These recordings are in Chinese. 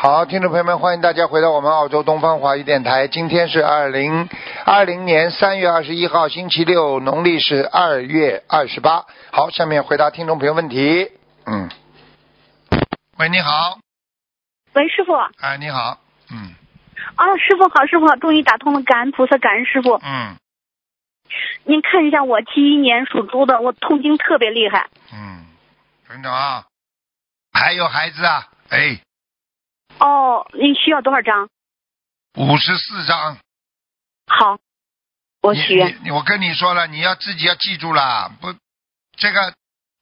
好，听众朋友们，欢迎大家回到我们澳洲东方华语电台。今天是二零二零年三月二十一号，星期六，农历是二月二十八。好，下面回答听众朋友问题。嗯，喂，你好，喂，师傅，啊，哎，你好，嗯师傅好，师傅好，终于打通了，感恩菩萨，感恩师傅。嗯您看一下我七一年属猪的，我痛经特别厉害。嗯，等等啊，还有孩子啊，哎，哦，您需要多少张？五十四张，好，我你许愿。你。我跟你说了，你要自己要记住啦，不，这个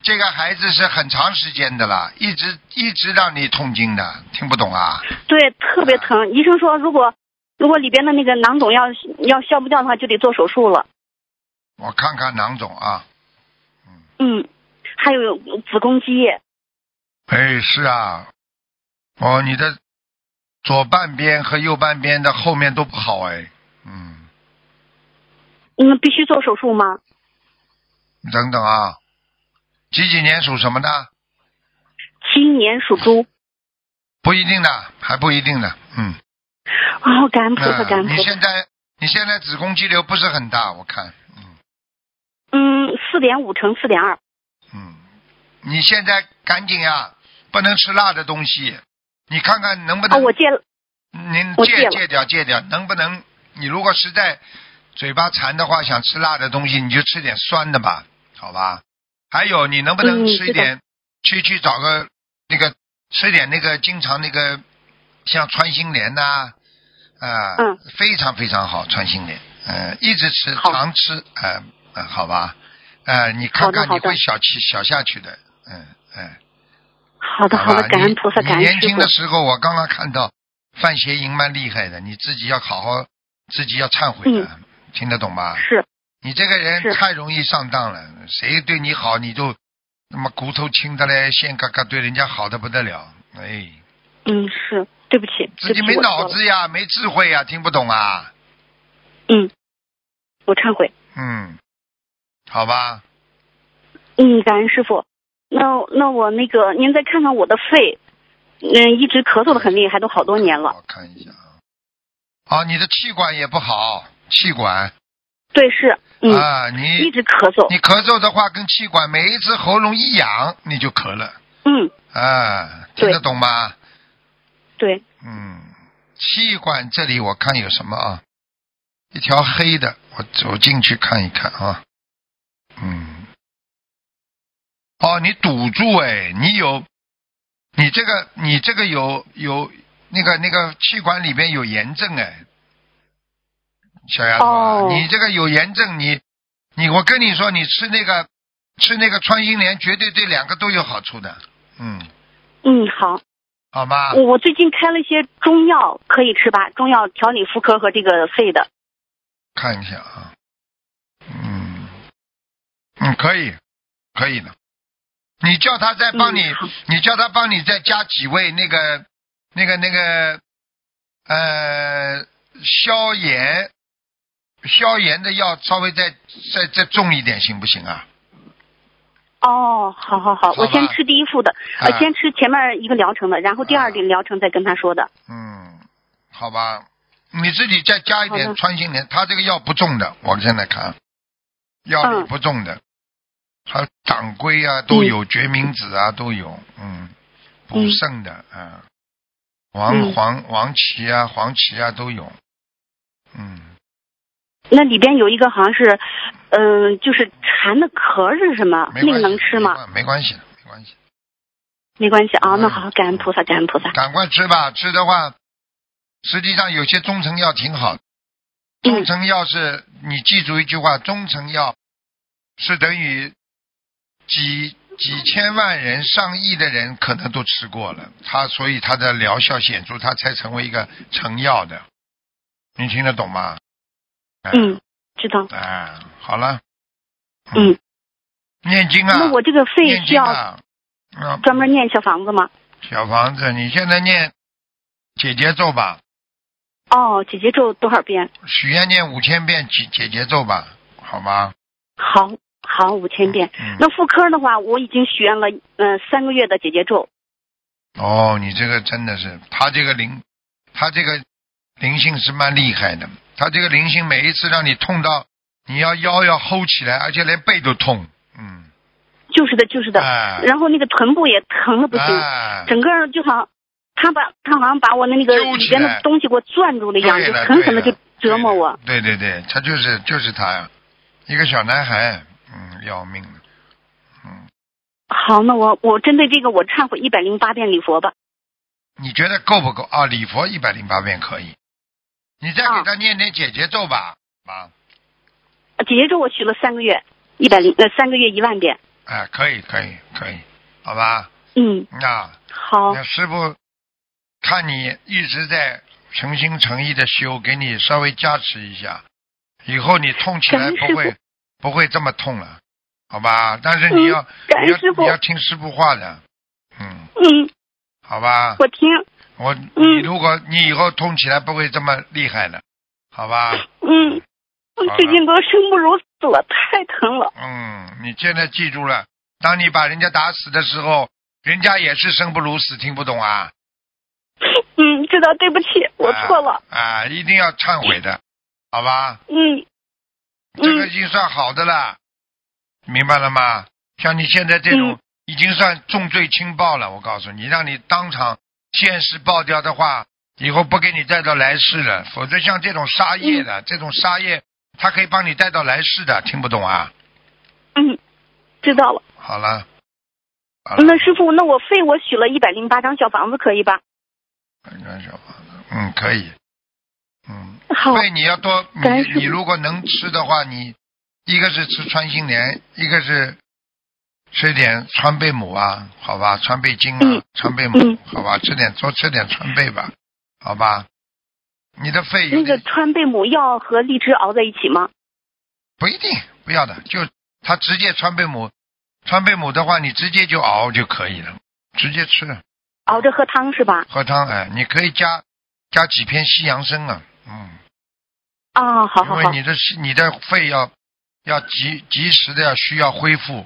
这个孩子是很长时间的啦，一直一直让你痛经的，听不懂啊？对，特别疼。医生说，如果如果里边的那个囊肿要要消不掉的话，就得做手术了。我看看囊肿啊，嗯，还有子宫积液。哎，是啊，哦，你的左半边和右半边的后面都不好哎，嗯，嗯，必须做手术吗？等等啊，几几年属什么的？七一年属猪。不一定的，还不一定的，嗯，哦，感恩菩萨，嗯感恩菩你萨。现在你现在子宫肌瘤不是很大，我看，嗯。嗯，四点五乘四点二。嗯，你现在赶紧呀，不能吃辣的东西。你看看能不啊，能，我戒了。您我戒戒了戒掉戒掉，能不能？你如果实在嘴巴馋的话，想吃辣的东西，你就吃点酸的吧，好吧？还有，你能不能嗯吃一知道点？去去找个那个吃点那个经常那个像穿心莲呐、啊，嗯非常非常好，穿心莲，呃，一直吃，好常吃，呃，呃好吧？呃，你看好的看好你的会小气小下去的，嗯嗯。好的，好好吧的，感你恩菩萨，你感恩年师轻傅的。时候，我刚刚看到范邪淫蛮厉害的，你自己要好好，自己要忏悔的，听得懂吗？是，你这个人嗯是太容易上当了，谁对你好，你就那么骨头轻的嘞，线嘎嘎对人家好的不得了，哎，嗯，是，对不起，自己对不没起我错脑了子呀，没智慧呀，听不懂啊，嗯，我忏悔。嗯，好吧，嗯，感恩师傅。那那我那个，您再看看我的肺，嗯，一直咳嗽的很厉害，都好多年了。我看一下啊，啊，你的气管也不好，气管、对，是，嗯，啊，你一直咳嗽。你咳嗽的话，跟气管每一次喉咙一痒，你就咳了嗯，啊，对听得懂吗？对，嗯，气管这里我看有什么啊？一条黑的，我走进去看一看啊。嗯，哦，你堵住哎，你有，你这个你这个有有那个那个气管里边有炎症哎，小丫头啊，哦你这个有炎症，你你我跟你说，你吃那个吃那个穿心莲，绝对对两个都有好处的，嗯，嗯，好。好吗？我我最近开了一些中药，可以吃吧？中药调理妇科和这个肺的。看一下啊，嗯，嗯，可以，可以的。你叫他再帮你，嗯好你叫他帮你再加几味那个、那个、那个，呃，消炎、消炎的药，稍微再再再重一点，行不行啊？哦，好好好，好吧我先吃第一副的，啊呃，先吃前面一个疗程的，然后第啊二个疗程再跟他说的。嗯，好吧，你自己再加一好点的穿心莲，他这个药不重的，我现在看，药理嗯不重的，还有掌龟啊都有，决明子啊都有，嗯，补嗯肾的，嗯，黄嗯黄黄芪啊黄芪啊都有，嗯，那里边有一个好像是，嗯、就是馋的壳是什么？没那关个系，能吃吗？没关？没关系的，没关系。没关系啊，嗯那好，感恩菩萨，感恩菩萨。赶快吃吧，吃的话，实际上有些中成药挺好的。嗯中成药是你记住一句话，中成药是等于几几千万人、上亿的人可能都吃过了，它所以它的疗效显著，它才成为一个成药的。你听得懂吗？哎嗯，知道。哎，好了。嗯，念经啊，那我这个肺念需经要啊，啊，专门念小房子吗？小房子，你现在念姐姐咒吧。哦，姐姐咒多少遍？许愿念五千遍解解节奏吧，好吗？好，好，五千遍。嗯，呃那妇科的话，我已经许愿了，嗯、三个月的姐姐咒。哦，你这个真的是，他这个灵，他这个灵性是蛮厉害的。他这个灵性每一次让你痛到你要腰要齁起来，而且连背都痛。嗯，就是的，就是的。哎然后那个臀部也疼的不行，哎，整个人就好像他把他好像把我的那个揪里起来边的东西给我攥住了一样，对就了狠狠的对就了折磨我。对对对，他就是就是他呀，一个小男孩，嗯，要命的，嗯，好，那我我针对这个我忏悔一百零八遍礼佛吧。你觉得够不够啊？礼佛一百零八遍可以，你再给啊他念点姐姐咒吧，啊，姐姐咒我许了三个月，一百零呃三个月一万遍。哎，可以可以可以，好吧？嗯，那好，那师傅看你一直在诚心诚意的修，给你稍微加持一下，以后你痛起来感恩不会师不会这么痛了，好吧？但是你要、嗯感你要恩师傅你。要听师傅话的，嗯，嗯，好吧？我嗯听，我你如果你以后痛起来不会这么厉害的，好吧？嗯，我好最了近都生不如死了，太疼了。嗯，你现在记住了，当你把人家打死的时候，人家也是生不如死，听不懂啊？嗯，知道，对不起，我错了。啊啊，一定要忏悔的，好吧？嗯，这个已经算好的了，明白了吗？像你现在这种嗯已经算重罪轻报了，我告诉你，让你当场现世报掉的话，以后不给你带到来世了。否则像这种杀业嗯的，这种杀业，他可以帮你带到来世的，听不懂啊？嗯，知道了。好了，好了，那师傅，那我费我许了一百零八张小房子，可以吧？嗯，可以，嗯，好，所以你要多，哦感恩你师父你如果能吃的话，你一个是吃穿心莲，一个是吃点川贝母啊，好吧，川贝精啊，嗯川贝母，嗯好吧，吃点多吃点川贝吧，好吧。你的肺有那个点川贝母要和荔枝熬在一起吗？不一定不要的，就它直接川贝母，川贝母的话你直接就熬就可以了，直接吃熬着喝汤是吧？喝汤哎，你可以加加几片西洋参啊，嗯。啊、好因好为好，你的心你的肺要要及及时的要需要恢复，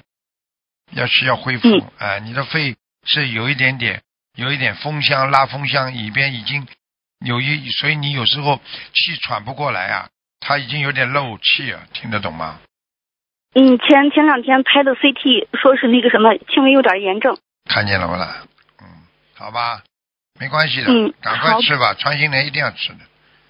要需要恢复。嗯哎、你的肺是有一点点有一点风箱拉风箱里边已经有一，所以你有时候气喘不过来啊，它已经有点漏气了，听得懂吗？嗯，前前两天拍的 CT，说是那个什么轻微有点炎症。看见了不啦？嗯，好吧，没关系的，嗯赶快好吃吧，穿心莲一定要吃的，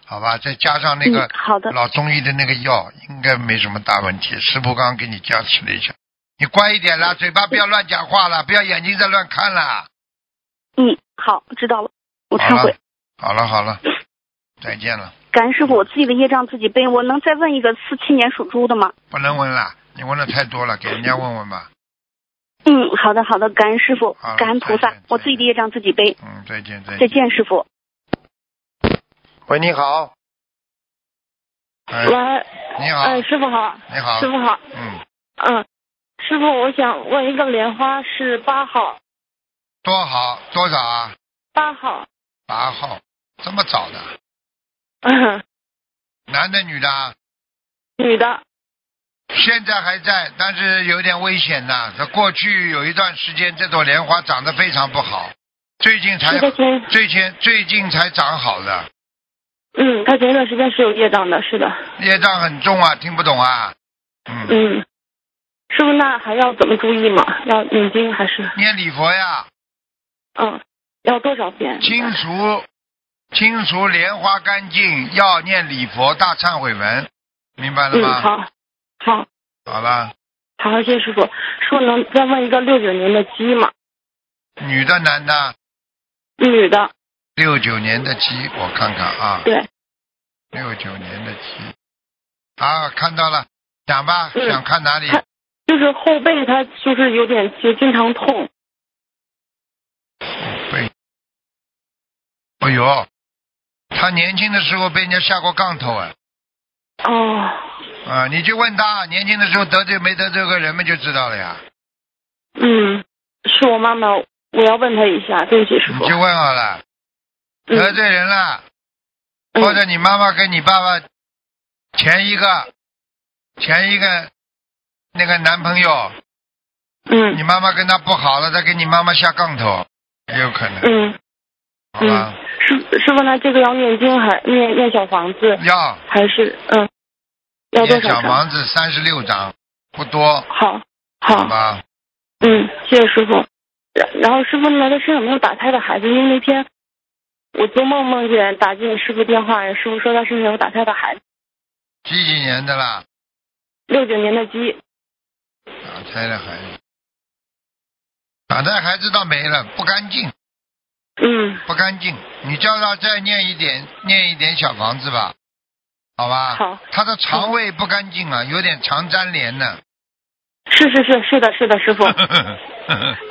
好吧？再加上那个嗯，好的，老中医的那个药应该没什么大问题，师傅刚刚给你加持了一下。你乖一点啦，嘴巴不要乱讲话了，不要眼睛在乱看啦。嗯，好，知道了，我好忏悔了。，好了好了，再见了，感恩师傅，我自己的业障自己背。我能再问一个四七年属猪的吗？不能问了，你问的太多了，给人家问问吧。嗯，好的，好的，感恩师傅好，感恩菩再萨见，我自己的业障自己背。嗯，再见再再见。见，师傅。喂，你好。哎，喂，你好，哎，师傅好，你好师，傅好，嗯，嗯，师傅，我想问一个莲花是八号，多好多少啊？八号，八号，这么早的，嗯，男的女的啊？女的，现在还在，但是有点危险呐。这过去有一段时间，这朵莲花长得非常不好，最近才是她前，最近最近才长好的，嗯，她前一段时间是有业障的，是的，业障很重啊，听不懂啊。嗯，嗯，师傅那还要怎么注意吗？要念经还是念礼佛呀，嗯，要多少遍？清除清除莲花干净，要念礼佛大忏悔文，明白了嗯，吗？好，好，好了，好，谢谢师傅。师傅能再问一个六九年的鸡吗？女的男的，女的，六九年的鸡，我看看啊，对，六九年的鸡，啊，看到了，讲吧，嗯想看哪里？她就是后背她就是有点就经常痛，被，哎呦，他年轻的时候被人家下过杠头啊！哦，啊，你去问他，年轻的时候得罪没得罪过人们就知道了呀。嗯，是我妈妈，我要问她一下，对不起，师你傅。去问好了，嗯得罪人了，嗯或者你妈妈跟你爸爸前一个前一个那个男朋友，你嗯嗯妈妈跟他不好了，他给你妈妈下杠头，也有可能，嗯好嗯吧？，师师傅，那这个要念经还念念小房子，要还是嗯，要多念少小张？房子三十六章，不多，好，好好，吧？嗯，谢谢师傅。然然后师傅，您的身有没有打胎的孩子？因为那天我做梦梦见打进师傅电话，师傅说他身上有打胎的孩子，几几年的啦？六九年的鸡。打胎的啊孩子，打胎孩子倒没了，不干净，嗯，不干净。你叫他再念一点，念一点小房子吧，好吧？好。他的肠胃不干净啊，有点肠粘连呢、 是是是是的，是的， 师傅，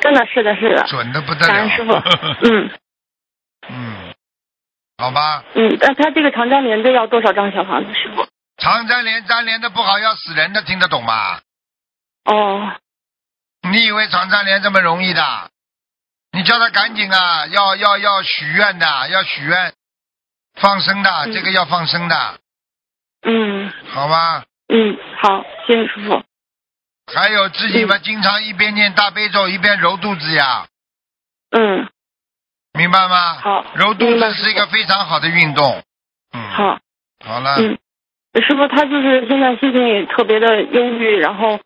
真的是的，是的，准的不得感了恩。师傅。嗯 嗯，好吧，嗯，但他这个长江连队要多少张小房子，师傅？肠粘连粘连的不好要死人的，听得懂吗？哦，你以为肠粘连这么容易的？你叫他赶紧啊，要要要许愿的，要许愿，放生的，嗯这个要放生的，嗯好吧？嗯，好，谢谢师傅。还有自己嘛，经常一边念大悲咒一边揉肚子呀，嗯，明白吗？好揉肚明白子是一个非常好的运动。嗯，，好。好了，嗯，师傅，他就是现在心情也特别的忧郁，然后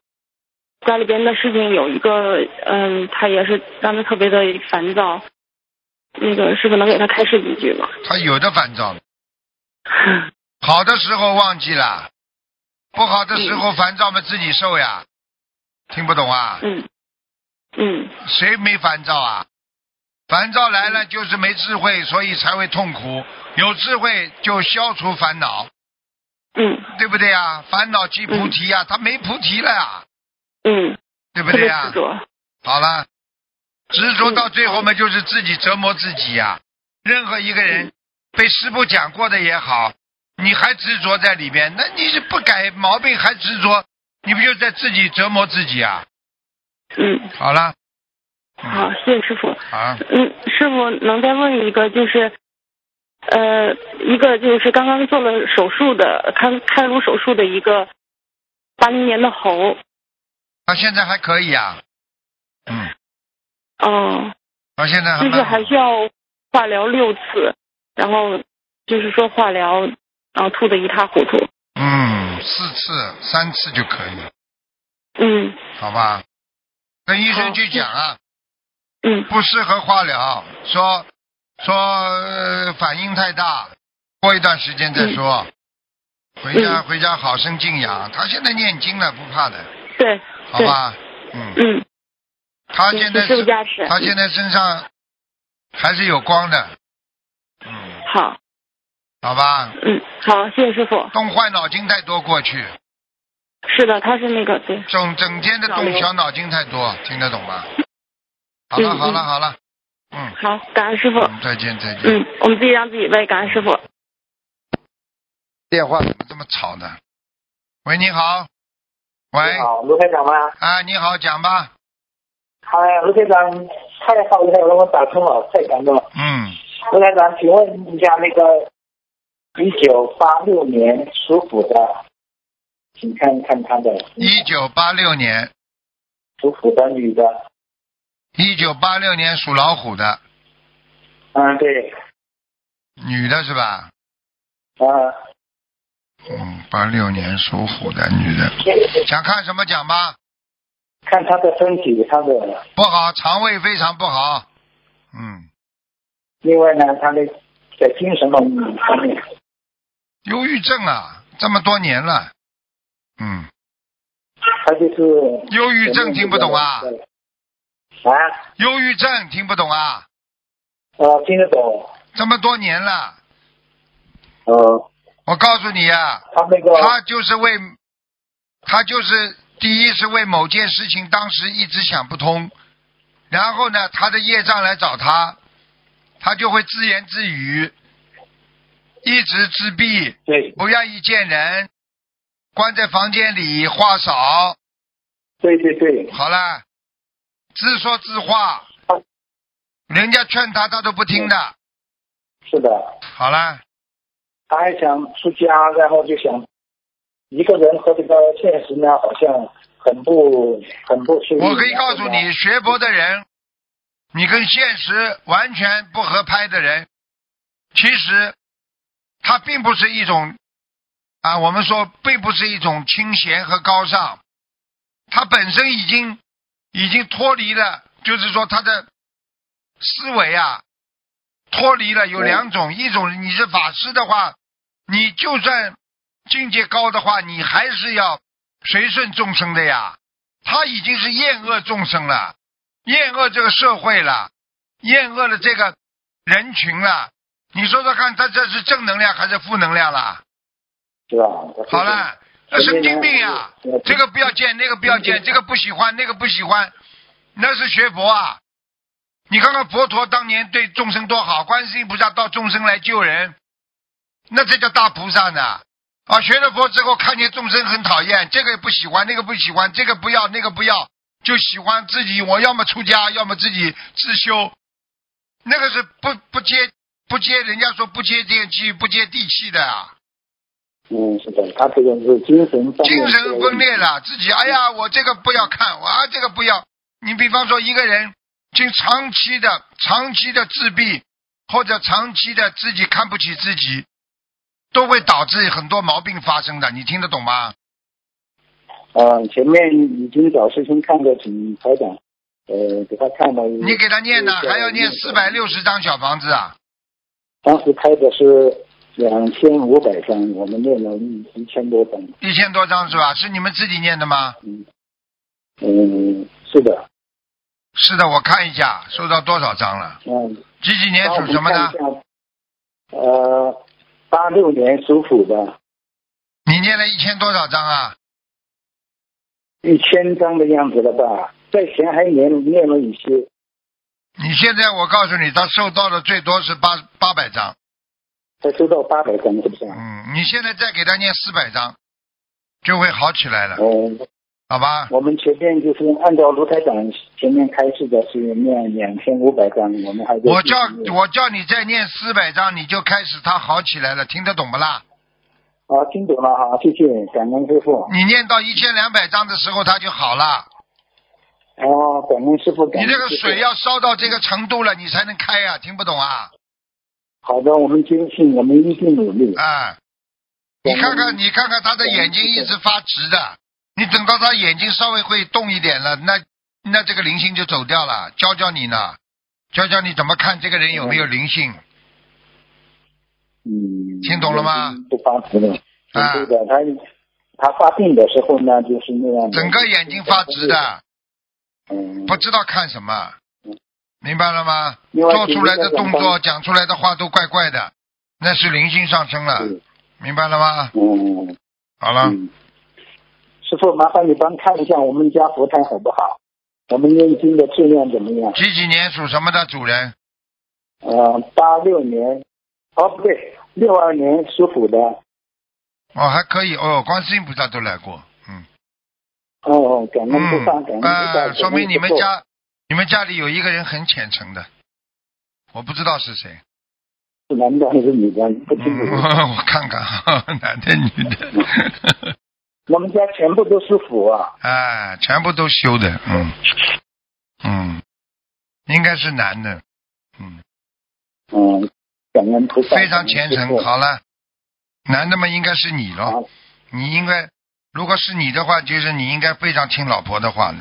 家里边的事情有一个，嗯，他也是让他特别的烦躁。那个师傅能给他开示几句吗？他有的烦躁了。好的时候忘记了，不好的时候烦躁嘛自己受呀，听不懂啊？嗯嗯谁没烦躁啊？烦躁来了就是没智慧，所以才会痛苦。有智慧就消除烦恼，嗯对不对啊？烦恼即菩提呀、他没菩提了呀，嗯，对不特对别执呀？着。嗯好了，执着到最后嘛，就是自己折磨自己呀、任何一个人被师傅讲过的也好，你还执着在里边，那你是不改毛病还执着，你不就在自己折磨自己啊？嗯，好了，嗯好，谢谢师傅。好，嗯，师傅能再问一个，就是，呃，一个就是刚刚做了手术的开开颅手术的一个八零年的猴，他现在还可以啊，嗯，嗯，他现在还就蛮是还需要化疗六次，然后就是说化疗，然后吐得一塌糊涂。嗯，四次三次就可以了，嗯好吧？跟医生去讲啊，嗯不适合化疗，说说、呃反应太大，过一段时间嗯再说。回家回家好生静养，他现在念经了，不怕的，对，好吧？嗯，嗯，他嗯现在师傅是加持。他现在身上还是有光的，嗯，好，好吧？嗯，好，谢谢师傅。动坏脑筋太多，过去是的，他是那个对，整整天的脑动瘤小脑筋太多，听得懂吗？好了嗯好了嗯好了，嗯，好，感恩师傅。嗯再见再见。嗯，我们自己让自己背，感恩师傅。电话怎么这么吵呢？喂，你好，喂你，好，卢台长吗？啊，你好，讲吧，哎，卢台长，太好了，太好了，我打通了，太感动了。嗯，卢台长，请问一下那个一九八六年属虎的，请看看她的一九八六年，属虎的女的，一九八六年属老虎的嗯，对，女的是吧？啊，嗯，八六年属虎的女的，想看什么讲吧？看她的身体，她的，不好，肠胃非常不好，嗯，另外呢，她的在精神方面，忧郁症啊，这么多年了，嗯，她就是忧郁症听不懂啊？啊，忧郁症听不懂啊，呃，听得懂，这么多年了，呃，我告诉你啊，她那个，他就是为，他就是第一是为某件事情当时一直想不通，然后呢，他的业障来找他，他就会自言自语，一直自闭，对不愿意见人，关在房间里话少，对对对，好了，自说自话，人家劝他他都不听的，是的。好了，他还想出家，然后就想一个人和这个现实呢，好像很不很不舒服。我可以告诉你，学佛的人你跟现实完全不合拍的人，其实他并不是一种啊，我们说并不是一种清闲和高尚，他本身已经已经脱离了，就是说他的思维啊脱离了有两种，一种你是法师的话，你就算境界高的话，你还是要随顺众生的呀，他已经是厌恶众生了。厌恶这个社会了，厌恶了这个人群了。你说说看，他这是正能量还是负能量啦？是吧？好了，那神经病嗯呀、嗯这个不要见，那个不要见，这个不喜欢，那个不喜欢，那是学佛啊！你看看佛陀当年对众生多好，观世音菩萨到众生来救人，那这叫大菩萨呢。啊，学了佛之后，看见众生很讨厌，这个也不喜欢，那个不喜欢，这个不要，那个不要，就喜欢自己，我要么出家，要么自己自修。那个是不不接不接，人家说不接电器，不接地气的啊。嗯，是的，他这个是精神方面精神分裂了。了，自己哎呀，我这个不要看，我啊这个不要。你比方说一个人经长期的、长期的自闭，或者长期的自己看不起自己，都会导致很多毛病发生的。你听得懂吗？呃，前面已经找师兄看过，请台长，呃，给他看了。你给他念呢，对还要念四百六十张小房子啊！当时开的是两千五百张，我们念了一一千多张。一千多张是吧？是你们自己念的吗？嗯，嗯，是的，是的，我看一下收到多少张了。嗯。几几年属什么呢的？？呃，八六年属虎的，你念了一千多少张啊？一千张的样子了吧？在前还念念了一些，你现在我告诉你，他收到的最多是八八百张。才收到八百张，是不是啊？嗯，你现在再给他念四百章，就会好起来了，嗯、好吧？我们前面就是按照卢台长前面开示的是念两千五百张，我们还在我叫继续念我叫你再念四百章，你就开始他好起来了，听得懂不啦？啊，听懂了哈，谢谢，感恩师傅。你念到一千两百章的时候，他就好了。哦，感恩师傅，感你恩这个师父水要烧到这个程度了，你才能开呀、听不懂啊？好的，我们坚信，我们一定努力。啊、你看看，你看看他的眼睛一直发直的，你等到他眼睛稍微会动一点了，那那这个灵性就走掉了。教教你呢，教教你怎么看这个人有没有灵性。嗯，听懂了吗？不发直的，啊对的，他他发病的时候呢，就是那样的。整个眼睛发直的，嗯，不知道看什么，明白了吗？另外做出来的动请作、问讲出来的话都怪怪的，那是灵性上升了啊嗯，明白了吗？嗯好了，嗯，师傅，麻烦你帮看一下我们家佛台好不好？我们念经的质量怎么样？几几年属什么的主人？呃，八六年，哦不对，六二年属虎的。哦，还可以哦，观世音菩萨都来过，嗯哦，感恩菩萨，感嗯，恩菩萨，呃，感说恩明你师们父家你们家里有一个人很虔诚的，我不知道是谁，是男的还是女的？不 清楚。嗯，我看看， 男的女的，我们家全部都是虎啊。哎，全部都修的，嗯嗯，应该是男的，嗯。嗯，感恩菩萨，非常虔感诚恩师。父啊好了，男的嘛应该是你了好，你应该如果是你的话，就是你应该非常听老婆的话的，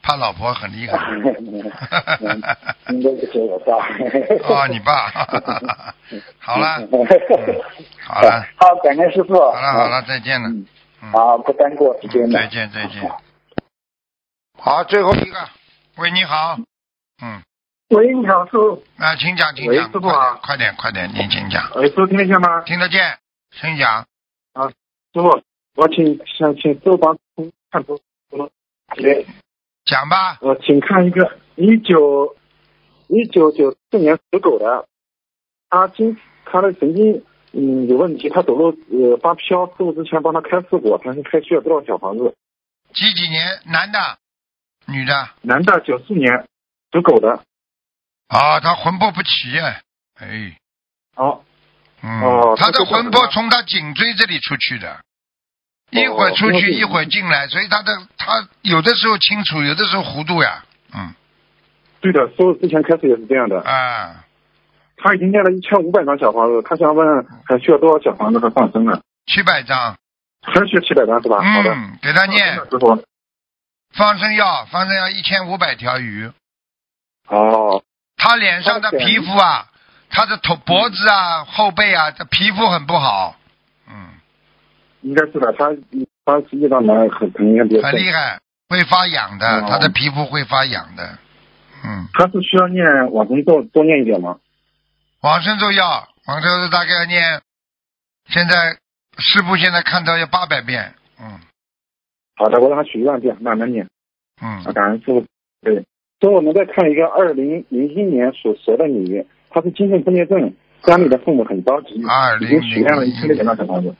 怕老婆很厉害。 应该是给我爸。 哦，你爸， 好 了，好好了，好，感恩师傅。好了，好了，再见了，嗯，嗯好，不耽误时间了。再见，再见。好，最后一个，喂，你好，嗯，喂，你好，师傅，啊，请讲，请喂讲，师快傅啊点，快点，快点，您请讲，哎喂，师傅听得见吗？听得见，请讲，师傅，我请想请师傅帮看图，喂，讲吧，我请看一个一九一九九四年属狗的，他经他的神经嗯有问题，他走路呃发飘，师傅之前帮他开示过，他是开需要多少小房子？几几年，男的，女的，男的，九四年属狗的，啊，他魂魄不齐啊，哎，哦，嗯，哦他的他这个魂魄从他颈椎这里出去的，一会儿出哦那去，是一会儿进来，所以他的他有的时候清楚，有的时候糊涂呀，嗯，对的，收之前开始也是这样的。啊，他已经念了一千五百张小房子，他想问还需要多少小房子和放生呢？七百张，还是需要七百张是吧？啊好的。嗯，给他念师傅。放生药，放生药一千五百条鱼，哦，他脸上的他的皮肤啊，他的头脖子啊、后背啊，这皮肤很不好，嗯，应该是的，他他实际上呢，很肯定比较很厉害，会发痒的哦，他的皮肤会发痒的，嗯，他是需要念往生咒多念一点吗？往生咒要，往生咒大概要念，现在师傅现在看到要八百遍，嗯好的，我让他许愿遍，慢慢念。啊，嗯，感恩师傅。对，所以我们再看一个二零零一年属蛇的女，她是精神分裂症，家里的父母很着急， 2001已经许愿了一千六百张小房子。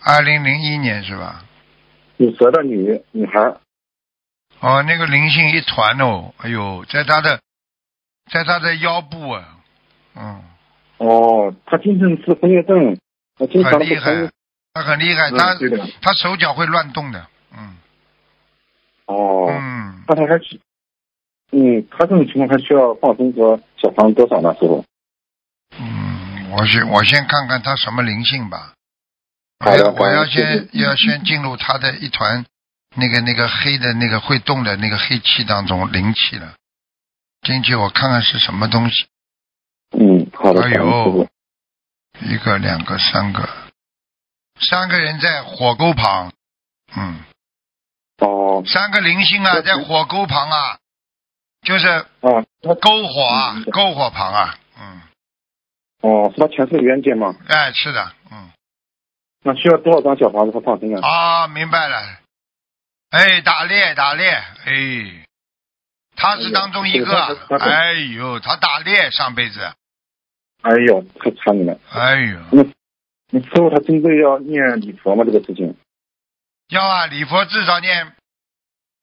二零零一年是吧？属蛇的女女孩，哦，那个灵性一团哦，哎呦，在他的，在他的腰部啊，嗯，哦，她精神是分裂症，她经常很不厉害哎分，他很厉害，嗯他对的他手脚会乱动的，嗯哦，嗯，那她还需，嗯，她这种情况还需要放生和小房子多少呢，师傅？嗯，我先我先看看他什么灵性吧，我好的要我好要的谢先谢要先进入他的一团那个那个黑的那个会动的那个黑气当中灵气了，进去我看看是什么东西，嗯，好的，哎感呦恩师傅。一个两个三个，三个人在火沟旁，嗯。哦，三个灵性啊，那在行火沟旁啊，就是啊，她篝火啊嗯，篝火旁啊，嗯，哦，是她前世的冤结吗？哎，是的，嗯，那需要多少张小房子和放生啊？ 啊，明白了，哎，打猎，打猎，哎，他是当中一哎个呦这个，他哎呦，他打猎上辈子，哎呦，太惨了。哎呦，你师傅他针对要念礼佛吗？这个事情？要啊，礼佛至少念，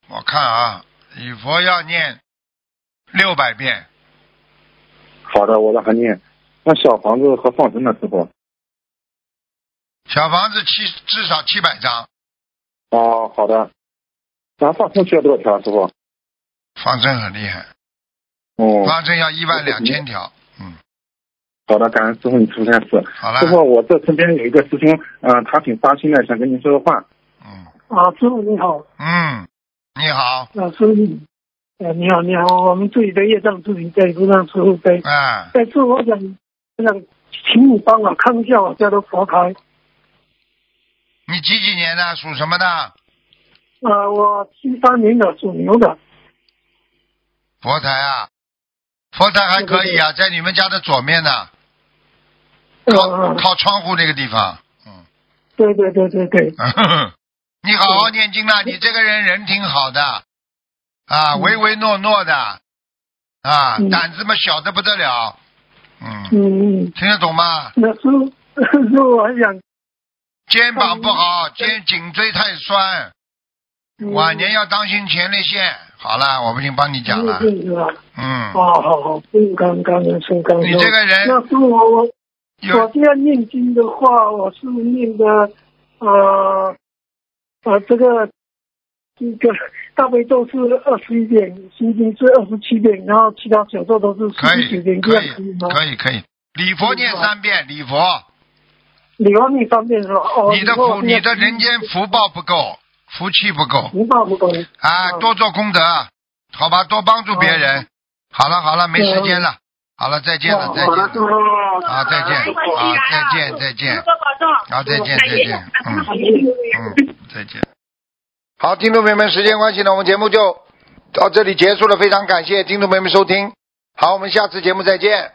我看啊，礼佛要念六百遍，好的，我让他念。那小房子和放生呢，师傅？小房子七至少七百张，哦，好的。咱放生需要多少条啊，师傅？方正很厉害，哦，方正要一万两千条，嗯，好的，感恩师傅你出开示。好了师，傅，我这身边有一个师兄，嗯、他挺发心的，想跟您说说话。嗯。啊，师傅你好，嗯，你好，啊，师傅你，呃，你好，你好，我们自己的业障自己背，不让师傅背。哎，但是我想，我想请你帮我看一下我家的佛台。你几几年的？属什么的？啊，我七三年的属牛的，佛台啊，佛台还可以啊，在你们家的左面呢，靠呃，靠窗户那个地方。 嗯，对对对对对，你好好念经啦，你这个人人挺好的，啊，嗯唯唯诺诺的，啊，嗯胆子嘛小的不得了，嗯，嗯嗯，听得懂吗？那师傅，师傅我还想，肩膀不好，肩颈椎太酸，嗯晚年要当心前列腺。好了，我不已经帮你讲了，嗯是吧？嗯，哦，好好，嗯，刚刚人生刚你这个人那师傅我我有我现在念经的话，我是念的，呃，呃，这个这个大悲咒是二十一遍，心经是二十七遍，然后其他小咒都是可四十以九遍，这可样以可以吗？可以可以，礼佛念三遍，礼佛，你要念三遍是吧？哦，你的如果福我现在你的人间福报不够，福气不够福报不够。啊，嗯多做功德，好吧，多帮助别人。好了好了，没时间了，好了，再见了哦再好见的，师了，傅。啊再见啊嗯再见再见，啊再见再见，嗯嗯再见。好，听众朋友们，时间关系呢，我们节目就到这里结束了，非常感谢听众朋友们收听，好，我们下次节目再见。